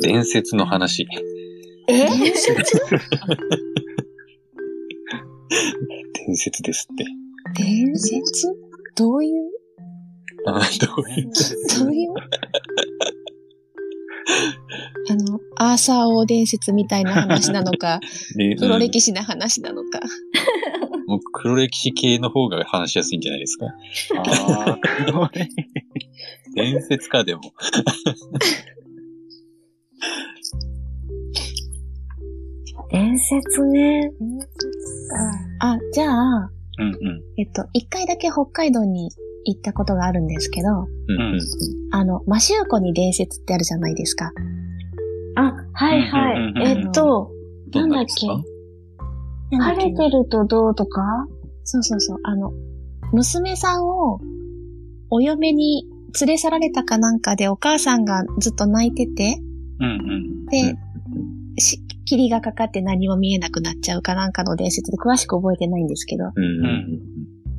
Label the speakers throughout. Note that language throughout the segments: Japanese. Speaker 1: 伝説の話。
Speaker 2: え
Speaker 1: 伝説ですって。
Speaker 2: 伝説どう いう
Speaker 1: あどういう
Speaker 2: どういうあの、アーサー王伝説みたいな話なの か、
Speaker 1: で
Speaker 2: 黒歴史な話なのか。
Speaker 1: うんもう黒歴史系の方が話しやすいんじゃないですか。
Speaker 3: ああ、これ。
Speaker 1: 伝説か、でも。
Speaker 4: 伝説ね。
Speaker 2: あ、じゃあ、
Speaker 1: うんうん。
Speaker 2: えっと、一回だけ北海道に行ったことがあるんですけど、
Speaker 1: うんうん。
Speaker 2: あの、マシューコに伝説ってあるじゃないですか。
Speaker 4: あ、はい
Speaker 1: うんう
Speaker 4: は
Speaker 1: ん
Speaker 4: い。
Speaker 1: うん
Speaker 4: え
Speaker 2: うん
Speaker 4: っと、
Speaker 1: ど
Speaker 4: なんんだ
Speaker 1: な
Speaker 4: っ
Speaker 1: んです
Speaker 4: け
Speaker 1: か
Speaker 4: 晴れてるとどうとか
Speaker 2: そうそうそう。あの、娘さんをお嫁に連れ去られたかなんかでお母さんがずっと泣いてて、
Speaker 1: うん
Speaker 2: で、し、霧がかかって何も見えなくなっちゃうかなんかの伝説で詳しく覚えてないんですけど。
Speaker 1: うん。うん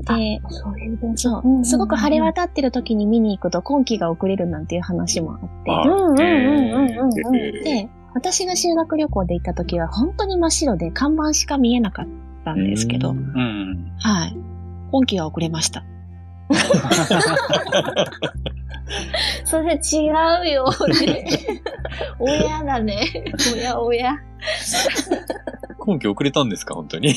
Speaker 2: で、
Speaker 4: そういう伝説。
Speaker 2: そ
Speaker 4: うんうんう
Speaker 2: う、
Speaker 4: ん
Speaker 2: すごく晴れ渡ってる時に見に行くと今季が遅れるなんていう話もあっ
Speaker 4: うんうんうんうんうんうん。
Speaker 2: て、で、私が修学旅行で行った時は本当に真っ白で看板しか見えなかったんですけど、
Speaker 1: うん
Speaker 3: うん。
Speaker 2: はい。今季が遅れました。
Speaker 4: それ違うよ、俺。親だね。親親。
Speaker 1: 今季遅れたんですか、本当に。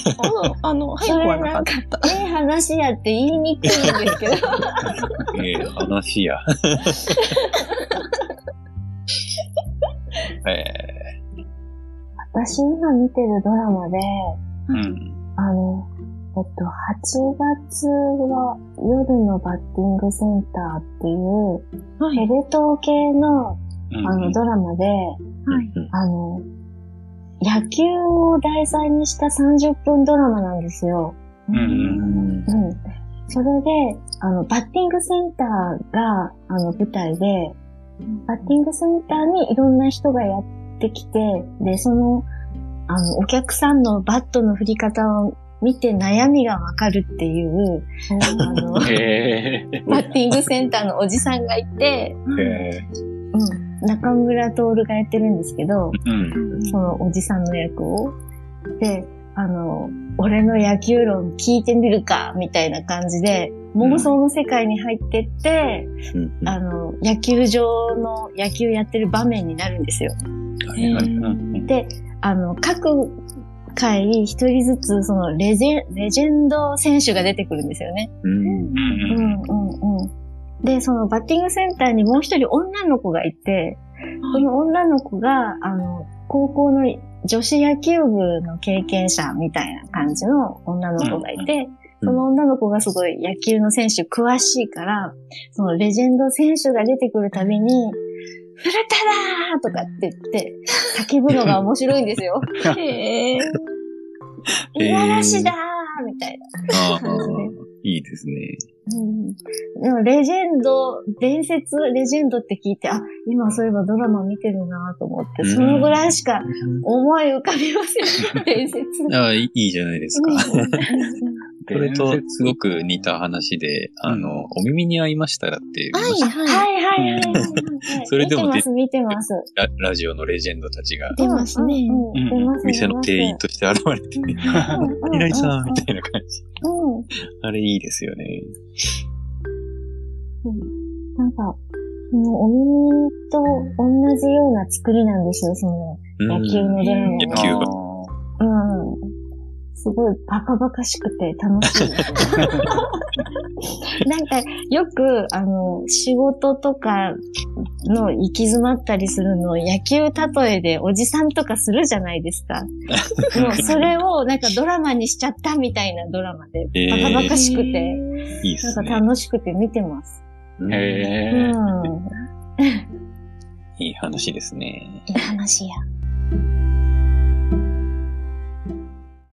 Speaker 2: あ の、早くはなかった。
Speaker 4: ええ話やって言いにくいんですけど。
Speaker 1: ええ話や。 え
Speaker 4: 私今見てるドラマで、
Speaker 3: うん。
Speaker 4: あの、えっと、8月は夜のバッティングセンターっていう、
Speaker 2: は
Speaker 4: テレ
Speaker 2: い。
Speaker 4: 東系の
Speaker 3: うん
Speaker 4: あのドラマで、
Speaker 1: え
Speaker 2: はい
Speaker 4: あの、野球を題材にした30分ドラマなんですよ。
Speaker 3: う。
Speaker 1: うんん。
Speaker 4: うん。それで、あの、バッティングセンターが、あの、舞台で、バッティングセンターにいろんな人がやってきて、で、その、あの、お客さんのバットの振り方を見て悩みがわかるっていう、あの、バ
Speaker 3: え え。
Speaker 4: ッティングセンターのおじさんがいて、
Speaker 1: ええ
Speaker 4: うん、中村徹がやってるんですけど、
Speaker 3: うん。
Speaker 4: そのおじさんの役を。で、あの、俺の野球論聞いてみるか、みたいな感じで、妄想の世界に入ってって、
Speaker 1: うん
Speaker 4: あの、野球場の野球やってる場面になるんですよ。
Speaker 1: はいはい
Speaker 3: うん。。
Speaker 4: で、あの、各回一人ずつ、そのレジェン、レジェンド選手が出てくるんですよね。
Speaker 1: うん
Speaker 4: うんんうんうん。で、そのバッティングセンターにもう一人女の子がいて、この女の子が、あの、高校の女子野球部の経験者みたいな感じの女の子がいて、
Speaker 1: うん
Speaker 4: その女の子がすごい野球の選手詳しいから、そのレジェンド選手が出てくるたびに、古田だーとかって言って、叫ぶのが面白いんで すよ。
Speaker 2: へー
Speaker 1: へー
Speaker 4: 五十嵐だーみたいな。
Speaker 1: ああ、いいですね。
Speaker 4: うんでも、レジェンド、伝説、レジェンドって聞いて、あ、今そういえばドラマ見てるなと思って、
Speaker 1: うん
Speaker 4: そのぐらいしか思い浮かびません。伝説。
Speaker 1: ああ、いいいいじゃないですか。これと
Speaker 3: 伝説
Speaker 1: すごく似た話で、あの、お耳に合いましたらって、
Speaker 2: はい
Speaker 4: はい
Speaker 2: はい。
Speaker 4: はいはいはいはい。
Speaker 1: それでも
Speaker 4: 見て
Speaker 1: 出
Speaker 4: ます、見てます。
Speaker 1: ララジオのレジェンドたちが、
Speaker 2: 出ますね
Speaker 4: うんうん出ます、
Speaker 1: 店の店員
Speaker 4: と。
Speaker 1: として現れて、
Speaker 4: うん
Speaker 1: 稲荷さんみたいな感じ。
Speaker 4: うん。
Speaker 1: あれいいですよね。
Speaker 4: うんなんか、そのお耳と同じような作りなんですよ、その
Speaker 1: うん
Speaker 4: 野球のドラマ
Speaker 1: 野
Speaker 4: も。
Speaker 1: 球が
Speaker 4: うん。すごいバカバカしくて楽しいですね。なんか、よく、あの、仕事とかの行き詰まったりするのを野球例えでおじさんとかするじゃないですか。もうそれをなんかドラマにしちゃったみたいなドラマで、
Speaker 1: え
Speaker 4: バカバカしくて、
Speaker 1: いいです
Speaker 4: なんか
Speaker 1: ね。
Speaker 4: 楽しくて見てます。
Speaker 1: うん
Speaker 3: え
Speaker 4: う
Speaker 3: え。
Speaker 4: ん。
Speaker 1: いい話ですね。
Speaker 2: いい話や。